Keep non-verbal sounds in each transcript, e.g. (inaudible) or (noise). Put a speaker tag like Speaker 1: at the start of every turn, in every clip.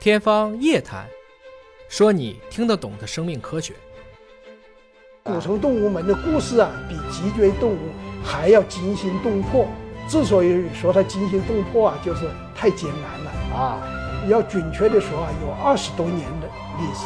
Speaker 1: 天方夜谭，说你听得懂的生命科学。
Speaker 2: 古虫动物门的故事啊，比脊椎动物还要惊心动魄。之所以说它惊心动魄啊，就是太艰难了
Speaker 3: 啊，
Speaker 2: 要准确的说啊，有二十多年的历史。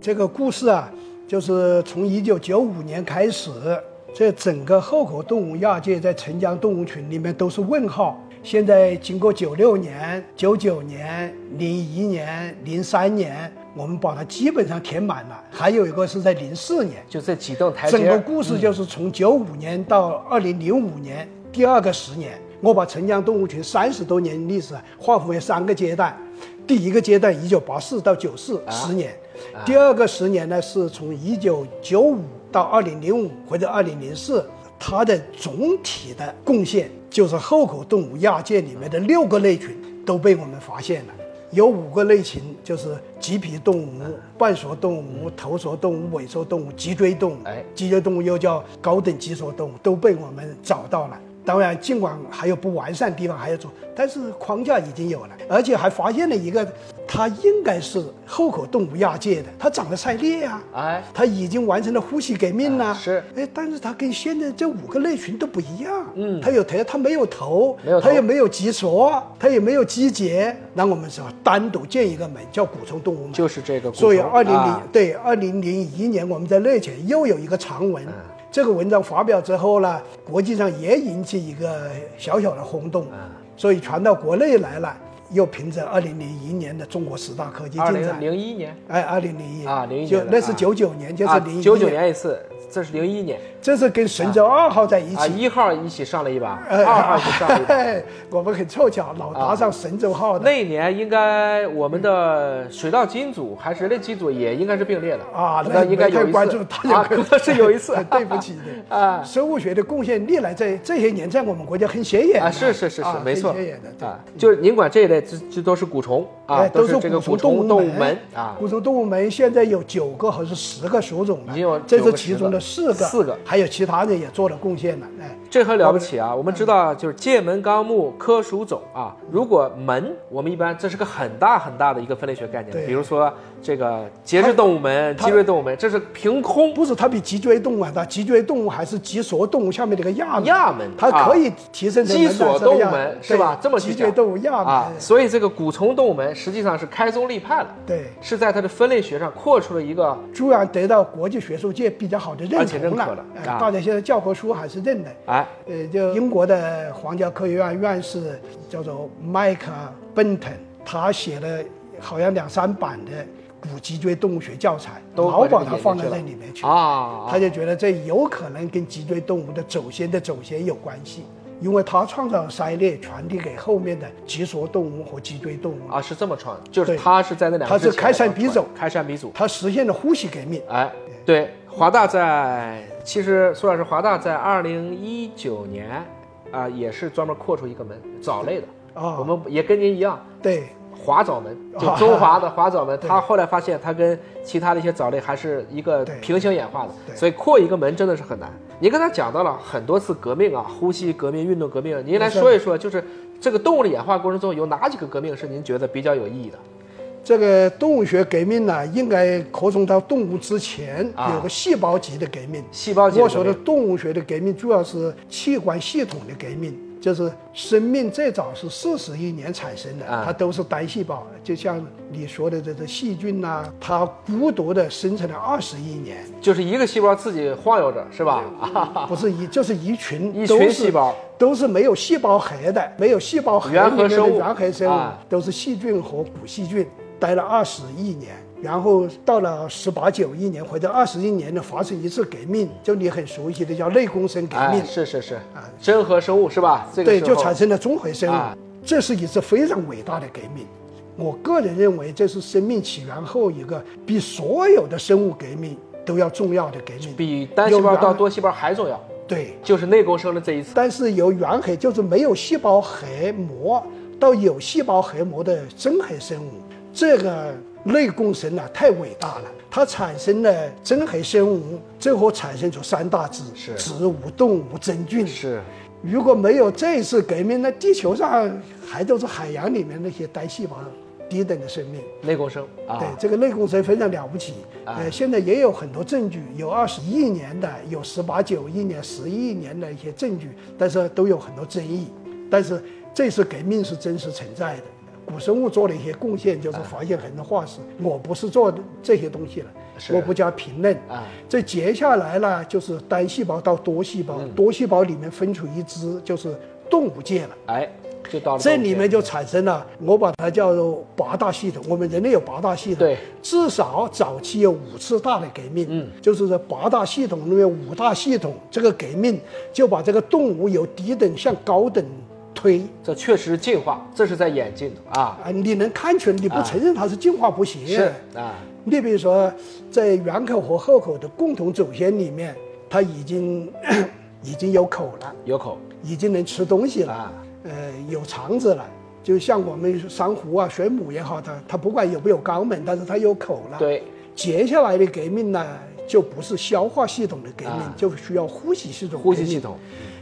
Speaker 2: 这个故事啊，就是从一九九五年开始，这整个后口动物亚界在澄江动物群里面都是问号。现在经过九六年、九九年、零一年、零三年，我们把它基本上填满了，还有一个是在零四年。
Speaker 3: 就这几栋台
Speaker 2: 整
Speaker 3: 阶
Speaker 2: 个
Speaker 3: 儿，嗯
Speaker 2: 故事就是从九五年到二零零五年第二个十年，我把澄江动物群三十多年历史啊划分为三个阶段。第一个阶段一九八四到九四十年，
Speaker 3: 啊
Speaker 2: 第二个十年呢是从一九九五到二零零五或者二零零四，它的总体的贡献就是后口动物亚界里面的六个类群都被我们发现了。有五个类群，就是棘皮动物、
Speaker 3: 啊
Speaker 2: 半索动物、头索动物、尾索动物、脊椎动物。
Speaker 3: 哎
Speaker 2: 脊椎动物又叫高等脊索动物，都被我们找到了。当然，尽管还有不完善地方还要做，但是框架已经有了，而且还发现了一个，它应该是后口动物亚界的，它长得赛烈啊，
Speaker 3: 哎，
Speaker 2: 它已经完成了呼吸革命了、
Speaker 3: 啊是，
Speaker 2: 哎，但是它跟现在这五个类群都不一样，嗯，它有头，它没有头，
Speaker 3: 没有头
Speaker 2: 它也没有脊索，它也没有肌节，那我们说单独建一个门叫古虫动物门，
Speaker 3: 就是这个古
Speaker 2: 所以
Speaker 3: 虫
Speaker 2: 二零零
Speaker 3: 啊
Speaker 2: 对二零零一年我们在内卷又有一个长
Speaker 3: 嗯
Speaker 2: 文，这个文章发表之后呢，国际上也引起一个小小的轰动，
Speaker 3: 嗯
Speaker 2: 所以传到国内来了，又凭着二零零一年的中国十大科技
Speaker 3: 二
Speaker 2: 进
Speaker 3: 零
Speaker 2: 展。
Speaker 3: 零一年
Speaker 2: 哎，二零零一
Speaker 3: 啊01年
Speaker 2: 就
Speaker 3: 的
Speaker 2: 那是
Speaker 3: 啊
Speaker 2: 九九年，就是
Speaker 3: 啊
Speaker 2: 零一，
Speaker 3: 九九年一次，这是零一年
Speaker 2: 这是跟神舟二号在一
Speaker 3: 啊，
Speaker 2: 起，
Speaker 3: 一号一起上了一把，
Speaker 2: (laughs) 呃
Speaker 3: 二号一起上了一把。 (laughs)
Speaker 2: (laughs) 我们很凑巧，老搭上神舟号的
Speaker 3: 那年应该我们的水稻基因组还是人类基因组也应该是并列的
Speaker 2: 啊，
Speaker 3: 那应该
Speaker 2: 没太
Speaker 3: 有一
Speaker 2: 关注
Speaker 3: 次
Speaker 2: 他
Speaker 3: 啊，可能是有一次
Speaker 2: (laughs) 对不起的
Speaker 3: 啊
Speaker 2: 生物学的贡献历来在这些年在我们国家很显眼的
Speaker 3: 啊，是是是是
Speaker 2: 啊，
Speaker 3: 没错
Speaker 2: 很显眼的对
Speaker 3: 啊，就是您管这一类，这这都是古虫啊，
Speaker 2: 哎都
Speaker 3: 是这个
Speaker 2: 古
Speaker 3: 古
Speaker 2: 虫
Speaker 3: 虫
Speaker 2: 动
Speaker 3: 动物门啊，
Speaker 2: 古虫动物门现在有九个还是十个属种了，
Speaker 3: 已经有
Speaker 2: 这
Speaker 3: 九
Speaker 2: 是
Speaker 3: 个
Speaker 2: 其
Speaker 3: 十个
Speaker 2: 中的四个，
Speaker 3: 四个
Speaker 2: 还有其他的也做了贡献了，哎，
Speaker 3: 这很了不起啊！我们知道，就是界门纲目科属种啊。如果门，我们一般这是个很大很大的一个分类学概念
Speaker 2: 对，
Speaker 3: 比如说这个节肢动物门、
Speaker 2: 它
Speaker 3: 脊椎动物门，这是凭空
Speaker 2: 不是它比脊椎动物啊，它脊椎动物还是脊索动物下面这个亚门，
Speaker 3: 亚门
Speaker 2: 它
Speaker 3: 啊
Speaker 2: 可以提升成
Speaker 3: 脊
Speaker 2: 人类
Speaker 3: 索
Speaker 2: 这个
Speaker 3: 动物
Speaker 2: 亚
Speaker 3: 门是吧
Speaker 2: 对？
Speaker 3: 这么去
Speaker 2: 脊
Speaker 3: 讲
Speaker 2: 椎动物亚门，
Speaker 3: 啊，所以这个古虫动物门实际上是开宗立派了，
Speaker 2: 对。
Speaker 3: 是在它的分类学上扩出了一个
Speaker 2: 居然得到国际学术界比较好的认
Speaker 3: 而且
Speaker 2: 同
Speaker 3: 认可
Speaker 2: 了
Speaker 3: 了，
Speaker 2: 哎
Speaker 3: 啊
Speaker 2: 大家现在教科书还是认的。
Speaker 3: 哎
Speaker 2: 呃，就英国的皇家科学院院士叫做麦克奔腾，他写了好像两三版的古脊椎动物学教材，
Speaker 3: 都
Speaker 2: 老
Speaker 3: 把
Speaker 2: 把
Speaker 3: 这个
Speaker 2: 它
Speaker 3: 研究
Speaker 2: 放在
Speaker 3: 去了
Speaker 2: 这里面去，
Speaker 3: 啊，
Speaker 2: 他就觉得这有可能跟脊椎动物的祖先的祖先有关系。因为他创造了筛列，传递给后面的脊索动物和脊椎动物，
Speaker 3: 啊是这么创的，就是
Speaker 2: 对
Speaker 3: 它是在那两
Speaker 2: 它
Speaker 3: 个
Speaker 2: 是开山鼻祖
Speaker 3: 开山鼻祖。
Speaker 2: 他实现了呼吸革命。
Speaker 3: 哎，对，华大在其实苏老师，华大在二零一九年啊、也是专门扩出一个门藻类的，
Speaker 2: 啊
Speaker 3: 我们也跟您一样。
Speaker 2: 对，
Speaker 3: 华藻门
Speaker 2: 啊
Speaker 3: 就中华的华藻门，
Speaker 2: (laughs) 对
Speaker 3: 它后来发现它跟其他的一些藻类还是一个
Speaker 2: 对
Speaker 3: 平行演化
Speaker 2: 对
Speaker 3: 的，所以扩一个门真的是很难。您刚才讲到了很多次革命啊，呼吸革命、运动革命，您来
Speaker 2: 没事
Speaker 3: 说一说，就是这个动物的演化过程中有哪几个革命是您觉得比较有意义的？
Speaker 2: 这个动物学革命呢、应该扩充到动物之前，
Speaker 3: 啊
Speaker 2: 有个细胞级的革命。
Speaker 3: 细胞级
Speaker 2: 我
Speaker 3: 的革
Speaker 2: 说的
Speaker 3: 命
Speaker 2: 动物学的革命，主要是器官系统的革命，就是生命最早是四十亿年产生的，
Speaker 3: 啊
Speaker 2: 它都是单细胞，就像你说的这个细菌呐、它孤独的生存了二十亿年，
Speaker 3: 就是一个细胞自己晃悠着，是吧？啊，
Speaker 2: 不是一就是一群，
Speaker 3: 一
Speaker 2: 都
Speaker 3: 群
Speaker 2: 是
Speaker 3: 细胞。
Speaker 2: 都是没有细胞核的，没有细胞核
Speaker 3: 原核
Speaker 2: 里面的
Speaker 3: 生物
Speaker 2: 原核生物、
Speaker 3: 啊
Speaker 2: 都是细菌和古细菌，待了二十亿年。然后到了十八九亿年或者二十亿年呢，发生一次革命，就你很熟悉的叫类共生革命，
Speaker 3: 哎、是是是
Speaker 2: 啊，
Speaker 3: 真核生物是吧？这个
Speaker 2: 对，
Speaker 3: 时
Speaker 2: 就
Speaker 3: 候
Speaker 2: 产生了中核生物。
Speaker 3: 啊
Speaker 2: 这是一次非常伟大的革命。我个人认为，这是生命起源后一个比所有的生物革命都要重要的革命。
Speaker 3: 比单细胞
Speaker 2: 有
Speaker 3: 到
Speaker 2: 原
Speaker 3: 多细胞还重要，
Speaker 2: 对，
Speaker 3: 就是内共生的这一次。
Speaker 2: 但是由原核就是没有细胞核膜到有细胞核膜的真核生物，这个类共生啊太伟大了，它产生了真核生物，最后产生出三大支：
Speaker 3: 是
Speaker 2: 植物、动物、真菌。
Speaker 3: 是
Speaker 2: 如果没有这次革命，那地球上还都是海洋里面那些单细胞低等的生命。
Speaker 3: 内共生啊
Speaker 2: 对，，这个内共生非常了不起。呃，现在也有很多证据，有二十一年的，有十八九一年、十一年的一些证据，但是都有很多争议。但是这次革命是真实存在的，古生物做了一些贡献，
Speaker 3: 啊
Speaker 2: 就是发现很多化石。我不是做这些东西了，
Speaker 3: 是
Speaker 2: 我不加评论。
Speaker 3: 啊，
Speaker 2: 这截下来呢，就是单细胞到多细
Speaker 3: 嗯
Speaker 2: 胞，多细胞里面分出一支就是动物界了。
Speaker 3: 哎，就到了
Speaker 2: 这
Speaker 3: 冬
Speaker 2: 里
Speaker 3: 天
Speaker 2: 面就产生了，我把它叫做八大系统。我们人类有八大系统，
Speaker 3: 对，
Speaker 2: 至少早期有五次大的革命，嗯，就是说八大系统里面五大系统这个革命就把这个动物由低等向高等推
Speaker 3: 这确实进化，这是在演进的啊，
Speaker 2: 啊，你能看出来，你不
Speaker 3: 啊
Speaker 2: 承认它是进化不行，
Speaker 3: 是啊，
Speaker 2: 你比如说，在圆口和后口的共同祖先里面，它已经 (coughs) 已经有口了，
Speaker 3: 有口
Speaker 2: 已经能吃东西了。
Speaker 3: 啊，
Speaker 2: 呃有肠子了，就像我们珊瑚啊、水母也好，它它不管有没有肛门，但是它有口了。，
Speaker 3: 对，
Speaker 2: 接下来的革命呢，就不是消化系统的革命，
Speaker 3: 啊
Speaker 2: 就需要呼吸系统。
Speaker 3: 呼吸系，统，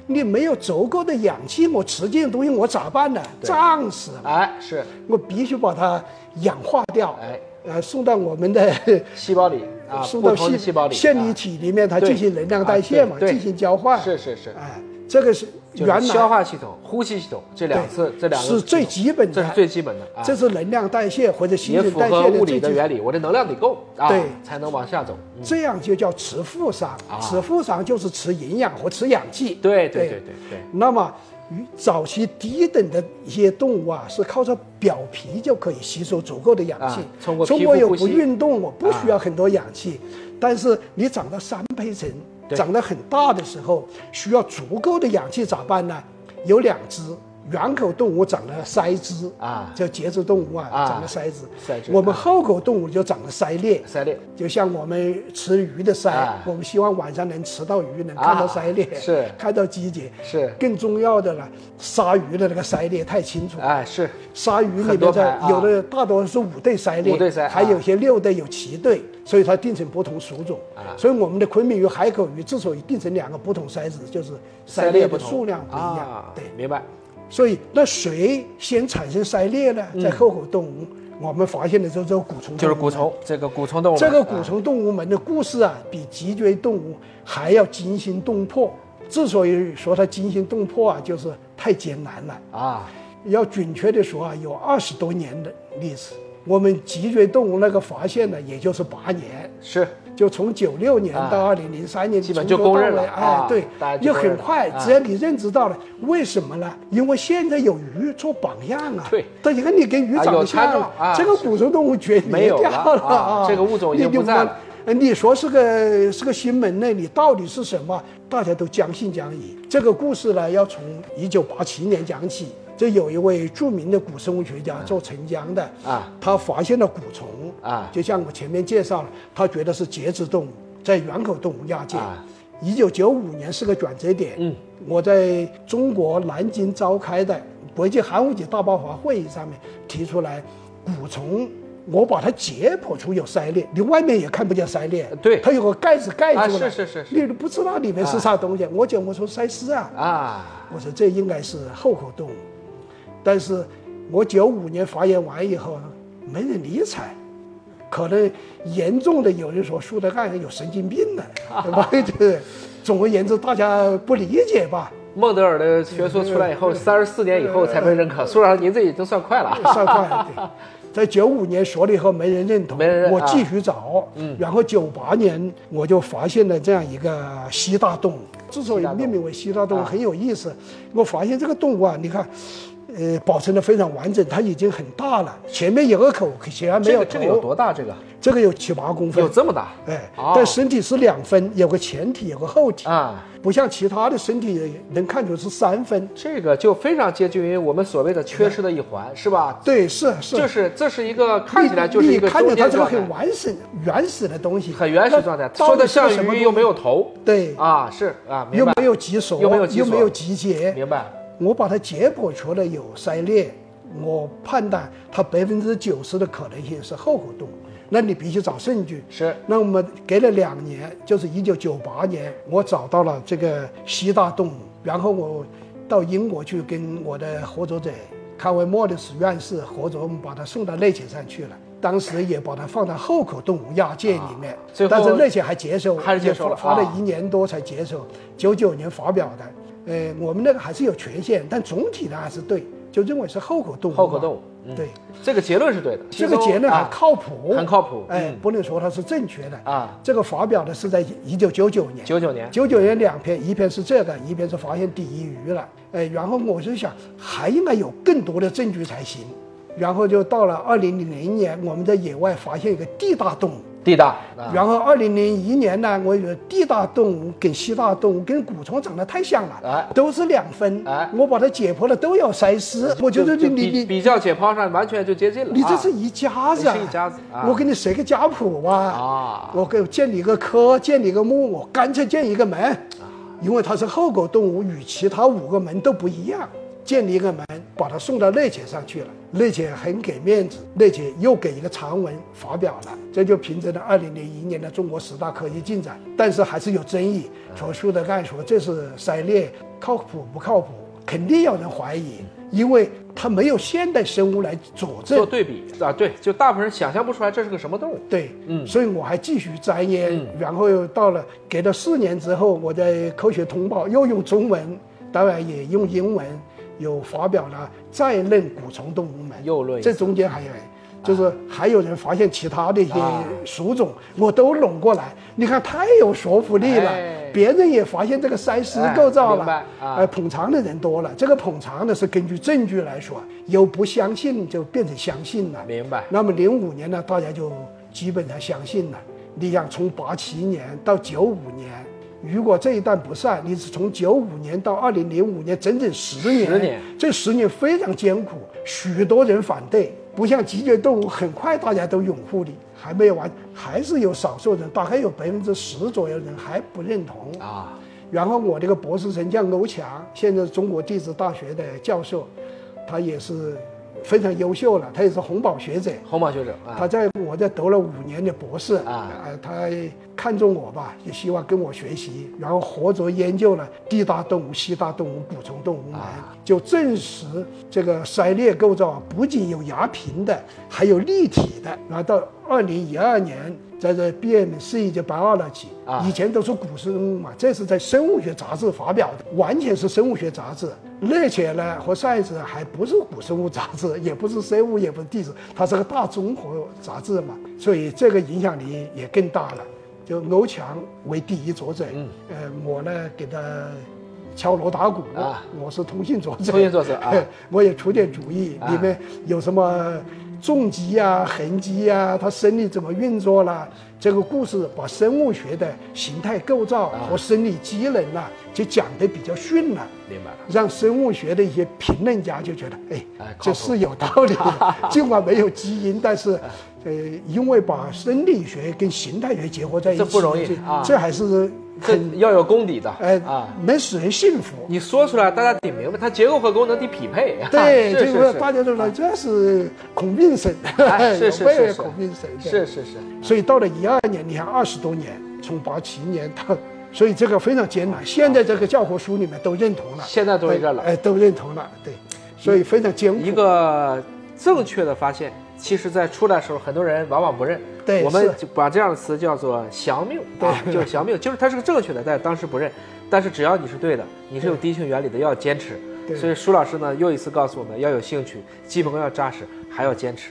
Speaker 2: 你没有足够的氧气，我吃进的东西我咋办呢？胀死了，
Speaker 3: 哎，是，
Speaker 2: 我必须把它氧化掉，
Speaker 3: 哎，
Speaker 2: 呃，送到我们的。
Speaker 3: 细胞里
Speaker 2: (laughs)
Speaker 3: 啊，
Speaker 2: 送
Speaker 3: 不
Speaker 2: 到
Speaker 3: 同的
Speaker 2: 细
Speaker 3: 细胞里，
Speaker 2: 线粒
Speaker 3: 啊
Speaker 2: 体里面，它
Speaker 3: 对
Speaker 2: 进行能量代谢嘛
Speaker 3: 啊，对对
Speaker 2: 进行交换。
Speaker 3: 是是是，
Speaker 2: 哎，这个是
Speaker 3: 就
Speaker 2: 原
Speaker 3: 是
Speaker 2: 来
Speaker 3: 消化系统、呼吸系统这两
Speaker 2: 对
Speaker 3: 次，这两个
Speaker 2: 是最
Speaker 3: 系统
Speaker 2: 基本的
Speaker 3: 这是最基本的啊，
Speaker 2: 这是能量代谢或者新
Speaker 3: 也
Speaker 2: 陈
Speaker 3: 符
Speaker 2: 代
Speaker 3: 合
Speaker 2: 谢
Speaker 3: 物理
Speaker 2: 的最
Speaker 3: 的
Speaker 2: 基
Speaker 3: 原理，我这能量得够啊，
Speaker 2: 对
Speaker 3: 才能往下走。
Speaker 2: 这样就叫持负伤
Speaker 3: 啊。
Speaker 2: 持负伤就是持营养和持氧气。
Speaker 3: 对对对对对，
Speaker 2: 那么，与早期低等的一些动物啊，是靠着表皮就可以吸收足够的氧气
Speaker 3: 啊。通过
Speaker 2: 中
Speaker 3: 皮
Speaker 2: 国
Speaker 3: 肤
Speaker 2: 有
Speaker 3: 呼
Speaker 2: 不
Speaker 3: 吸
Speaker 2: 运动，我不需要很多氧气，但是你长到三胚层，
Speaker 3: 对
Speaker 2: 长得很大的时候，需要足够的氧气，咋办呢？有两只。圆口动物长了鳃枝
Speaker 3: 啊
Speaker 2: 叫节肢动物啊，
Speaker 3: 啊
Speaker 2: 长了鳃枝。
Speaker 3: 鳃枝
Speaker 2: 我们
Speaker 3: 啊
Speaker 2: 后口动物就长了鳃裂，
Speaker 3: 鳃裂
Speaker 2: 就像我们吃鱼的鳃
Speaker 3: 啊，
Speaker 2: 我们希望晚上能吃到鱼，能看到
Speaker 3: 啊
Speaker 2: 鳃裂，
Speaker 3: 是
Speaker 2: 看到鸡节。
Speaker 3: 是，
Speaker 2: 更重要的呢，鲨鱼的那个鳃裂太清楚了。
Speaker 3: 哎是
Speaker 2: 鲨鱼里
Speaker 3: 很
Speaker 2: 面
Speaker 3: 多
Speaker 2: 的
Speaker 3: 排啊
Speaker 2: 有的大多是五对鳃裂，
Speaker 3: 五对鳃啊
Speaker 2: 还有些六对，有七对，所以它定成不同属种。
Speaker 3: 啊
Speaker 2: 所以我们的昆明鱼、海口鱼之所以定成两个不同鳃子，就是鳃裂的
Speaker 3: 不同
Speaker 2: 数量不一样。
Speaker 3: 啊
Speaker 2: 对，
Speaker 3: 明白
Speaker 2: 所以那谁先产生鳃裂呢？
Speaker 3: 嗯
Speaker 2: 在后口动物，我们发现的就是古虫动物，
Speaker 3: 就是蛊虫，这个蛊虫动物，
Speaker 2: 这个古虫动物门的故事啊，比脊椎动物还要惊心动魄。之所以说它惊心动魄啊，就是太艰难了。
Speaker 3: 啊
Speaker 2: 要准确的说啊，有二十多年的历史。我们脊椎动物那个发现呢，也就是八年，
Speaker 3: 是
Speaker 2: 就从九六年到二零零三年，
Speaker 3: 啊基本
Speaker 2: 从
Speaker 3: 就
Speaker 2: 头
Speaker 3: 公
Speaker 2: 到
Speaker 3: 认了
Speaker 2: 尾
Speaker 3: 啊
Speaker 2: 哎，对
Speaker 3: 大家，就
Speaker 2: 又
Speaker 3: 公认
Speaker 2: 很
Speaker 3: 了
Speaker 2: 快，
Speaker 3: 啊
Speaker 2: 只要你认知到了，为什么呢？因为现在有鱼做榜样啊。
Speaker 3: 对，
Speaker 2: 但你看你跟鱼
Speaker 3: 啊
Speaker 2: 长
Speaker 3: 有
Speaker 2: 得像
Speaker 3: 参
Speaker 2: 啊
Speaker 3: 照啊
Speaker 2: 这个古生动物绝
Speaker 3: 没
Speaker 2: 灭
Speaker 3: 有
Speaker 2: 掉
Speaker 3: 了啊
Speaker 2: 啊，
Speaker 3: 这个物种已经
Speaker 2: 你
Speaker 3: 不在了
Speaker 2: 你问你说是个是个新门类，你到底是什么？大家都将信将疑。这个故事呢，要从一九八七年讲起。这有一位著名的古生物学家做陈江的
Speaker 3: 啊，
Speaker 2: 他发现了古虫
Speaker 3: 啊
Speaker 2: 就像我前面介绍了，他觉得是节肢动物，在远口动物亚界
Speaker 3: 啊。
Speaker 2: 一九九五年是个转折点。嗯，我在中国南京召开的国际寒武纪大爆发会议上面提出来，蛊虫。我把它解剖出有鳃裂，你外面也看不见鳃裂，
Speaker 3: 对
Speaker 2: 它有个盖子盖住了，
Speaker 3: 啊是是是是
Speaker 2: 你都不知道里面是啥东西。我解剖出鳃丝啊，
Speaker 3: 啊
Speaker 2: 我说这应该是后口动物，但是我九五年发言完以后，没人理睬，可能严重的有人说苏德干有神经病了， (laughs) 对吧？对，总而言之，大家不理解吧？
Speaker 3: 孟德尔的学说出来以后，三十四年以后才被认可。苏老师，您这已经算快了
Speaker 2: (laughs)
Speaker 3: 啊。
Speaker 2: 算快了。对在九五年说了以后，没人认同，
Speaker 3: 没人认啊嗯
Speaker 2: 我继续找，然后九八年我就发现了这样一个西大动物，之所以命名为西大动物
Speaker 3: 啊
Speaker 2: 很有意思。我发现这个动物啊，你看，呃，保存的非常完整，它已经很大了，前面有个口，显然没
Speaker 3: 这
Speaker 2: 有
Speaker 3: 个
Speaker 2: 头，
Speaker 3: 这个有多大？这个
Speaker 2: 这个有七八公分
Speaker 3: 有，这么大
Speaker 2: 哎，
Speaker 3: 哦
Speaker 2: 但身体是两分，有个前体，有个后体，
Speaker 3: 啊？
Speaker 2: 不像其他的身体能看出是三分。
Speaker 3: 这个就非常接近于我们所谓的缺失的一环，是吧？
Speaker 2: 对，是是，
Speaker 3: 就是这是一个看起来就是一个
Speaker 2: 你看着
Speaker 3: 中
Speaker 2: 它
Speaker 3: 间
Speaker 2: 这个
Speaker 3: 状态
Speaker 2: 很，完整、原始的东西，
Speaker 3: 很原始状态，
Speaker 2: 那
Speaker 3: 说的
Speaker 2: 到
Speaker 3: 像
Speaker 2: 底是个什么
Speaker 3: 鱼又没有
Speaker 2: 东
Speaker 3: 头
Speaker 2: 西对，
Speaker 3: 啊，是啊，明
Speaker 2: 又
Speaker 3: 白
Speaker 2: 没有脊索，
Speaker 3: 又没有脊索
Speaker 2: 集结。
Speaker 3: 明白
Speaker 2: 我把它解剖出来有鳃裂，我判断它百分之九十的可能性是后口动物，那你必须找证据。
Speaker 3: 是
Speaker 2: 那我们隔了两年，就是一九九八年，我找到了这个西大动物，然后我到英国去跟我的合作者卡维莫的史院士合作，我们把它送到内潜山去了。当时也把它放到后口动物亚界里面，
Speaker 3: 啊最后
Speaker 2: 但是内潜还接收，
Speaker 3: 还是接收了
Speaker 2: 发发
Speaker 3: 啊
Speaker 2: 了一年多才接收，九九年发表的。呃，我们那个还是有缺陷，但总体呢还是对，就认为是后口动物嘛。
Speaker 3: 后口动物嗯
Speaker 2: 对，
Speaker 3: 这个结论是对的，
Speaker 2: 这个结论还
Speaker 3: 啊
Speaker 2: 靠谱，
Speaker 3: 很靠谱嗯
Speaker 2: 哎，不能说它是正确的
Speaker 3: 啊。
Speaker 2: 这个发表的是在一九九九年，
Speaker 3: 九九年
Speaker 2: 九九年两篇，一篇是这个，一篇是发现第一鱼了。哎，然后我就想，还应该有更多的证据才行。然后就到了二零零零年，我们在野外发现一个地大动物。
Speaker 3: 地大啊，
Speaker 2: 然后二零零一年呢，我有地大动物跟西大动物跟古虫长得太像了，
Speaker 3: 哎
Speaker 2: 都是两分，
Speaker 3: 哎
Speaker 2: 我把它解剖了都要筛尸，我觉得
Speaker 3: 就就
Speaker 2: 你你
Speaker 3: 比
Speaker 2: 你
Speaker 3: 比较解剖上完全就接近了啊。
Speaker 2: 你这是一家子啊，
Speaker 3: 你是一家子啊
Speaker 2: 我给你写个家谱吧，
Speaker 3: 啊
Speaker 2: 我给建立一个科，建立一个墓，我干脆建一个门，
Speaker 3: 啊
Speaker 2: 因为它是后狗动物，与其他五个门都不一样，建立一个门，把它送到内检上去了，内检很给面子，内检又给一个长文发表了，这就凭证了二零零一年的中国十大科技进展，但是还是有争议，
Speaker 3: 啊
Speaker 2: 从苏德干说这是筛猎，靠谱不靠谱，肯定有人怀疑。因为它没有现代生物来佐证
Speaker 3: 做，对比啊，对，就大部分人想象不出来这是个什么动物。
Speaker 2: 对，
Speaker 3: 嗯
Speaker 2: 所以我还继续钻研，然后又到了给了四年之后，我在《科学通报》又用中文，当然也用英文，有发表了再论古虫动物门，
Speaker 3: 又论一次
Speaker 2: 这中间还有。就是还有人发现其他的一些
Speaker 3: 啊
Speaker 2: 属种，我都拢过来，你看太有说服力了。
Speaker 3: 哎
Speaker 2: 别人也发现这个筛尸
Speaker 3: 哎
Speaker 2: 构造
Speaker 3: 明
Speaker 2: 了，
Speaker 3: 白啊
Speaker 2: 呃，捧场的人多了。这个捧场呢是根据证据来说，有不相信就变成相信了。
Speaker 3: 啊明白
Speaker 2: 那么零五年呢，大家就基本上相信了。你想从八七年到九五年，如果这一段不算，你是从九五年到二零零五年整整十年，
Speaker 3: 10年
Speaker 2: 这十年非常艰苦，许多人反对，不像脊椎动物，很快大家都拥护你。还没有完，还是有少数人，大概有百分之十左右人还不认同
Speaker 3: 啊。
Speaker 2: 然后我这个博士生叫欧强，现在是中国地质大学的教授，他也是非常优秀了，他也是红宝学者。
Speaker 3: 红毛学者啊
Speaker 2: 他，在我在读了五年的博士
Speaker 3: 啊
Speaker 2: 呃，他看中我吧，也希望跟我学习，然后合作研究了地大动物、西大动物、古虫动物门，
Speaker 3: 啊
Speaker 2: 就证实这个筛裂构造不仅有牙平的，还有立体的。然后到二零一二年，在这 BMC 就 Biology，、
Speaker 3: 啊
Speaker 2: 以前都是古生物嘛，这是在生物学杂志发表的，完全是生物学杂志。那且呢和 Science 还不是古生物杂志，也不是生物，也不是地质，它是个大综合杂志嘛，所以这个影响力也更大了。就欧强为第一作者，
Speaker 3: 嗯
Speaker 2: 呃，我呢给他敲锣打鼓
Speaker 3: 啊
Speaker 2: 我是通信作者，
Speaker 3: 通信作者啊
Speaker 2: (laughs) 我也出点主意，
Speaker 3: 啊
Speaker 2: 里面有什么重击啊、痕迹啊，它生理怎么运作啦？这个故事把生物学的形态构造
Speaker 3: 啊
Speaker 2: 和生理机能呐、就讲得比较逊了、
Speaker 3: 明白了。
Speaker 2: 让生物学的一些评论家就觉得，
Speaker 3: 哎
Speaker 2: 哎
Speaker 3: 靠，谱
Speaker 2: 这是有道理
Speaker 3: (laughs)
Speaker 2: 的。尽管没有基因，但是，呃，因为把生理学跟形态学结合在一起，
Speaker 3: 这不容易
Speaker 2: 这
Speaker 3: 啊
Speaker 2: 这还是
Speaker 3: 这
Speaker 2: 很，
Speaker 3: 要有功底的，
Speaker 2: 哎，
Speaker 3: 啊，
Speaker 2: 能使人信服。
Speaker 3: 你说出来大家得明白，它结构和功能得匹配。啊
Speaker 2: 对，
Speaker 3: 是
Speaker 2: 就是说
Speaker 3: 是啊
Speaker 2: 大家都说这是孔病神，
Speaker 3: 哎
Speaker 2: (laughs)
Speaker 3: 是是
Speaker 2: 我也
Speaker 3: 是是
Speaker 2: 孔病神。对
Speaker 3: 是是是，
Speaker 2: 所以到了一二年，你看二十多年，从八七年到，所以这个非常艰难。现在这个教科书里面都认同了，
Speaker 3: 啊现在都认了
Speaker 2: 哎，都认同了，对，所以非常艰苦。
Speaker 3: 一个正确的发现，其实在出来的时候，很多人往往不认。
Speaker 2: 对
Speaker 3: 我
Speaker 2: 是
Speaker 3: 们就把这样的词叫做降谬，啊，就是降谬，就是它是个正确的，但当时不认。但是只要你是对的，你是有第一性原理的，要坚持。
Speaker 2: 对
Speaker 3: 所以舒老师呢，又一次告诉我们要有兴趣，基本功要扎实，还要坚持。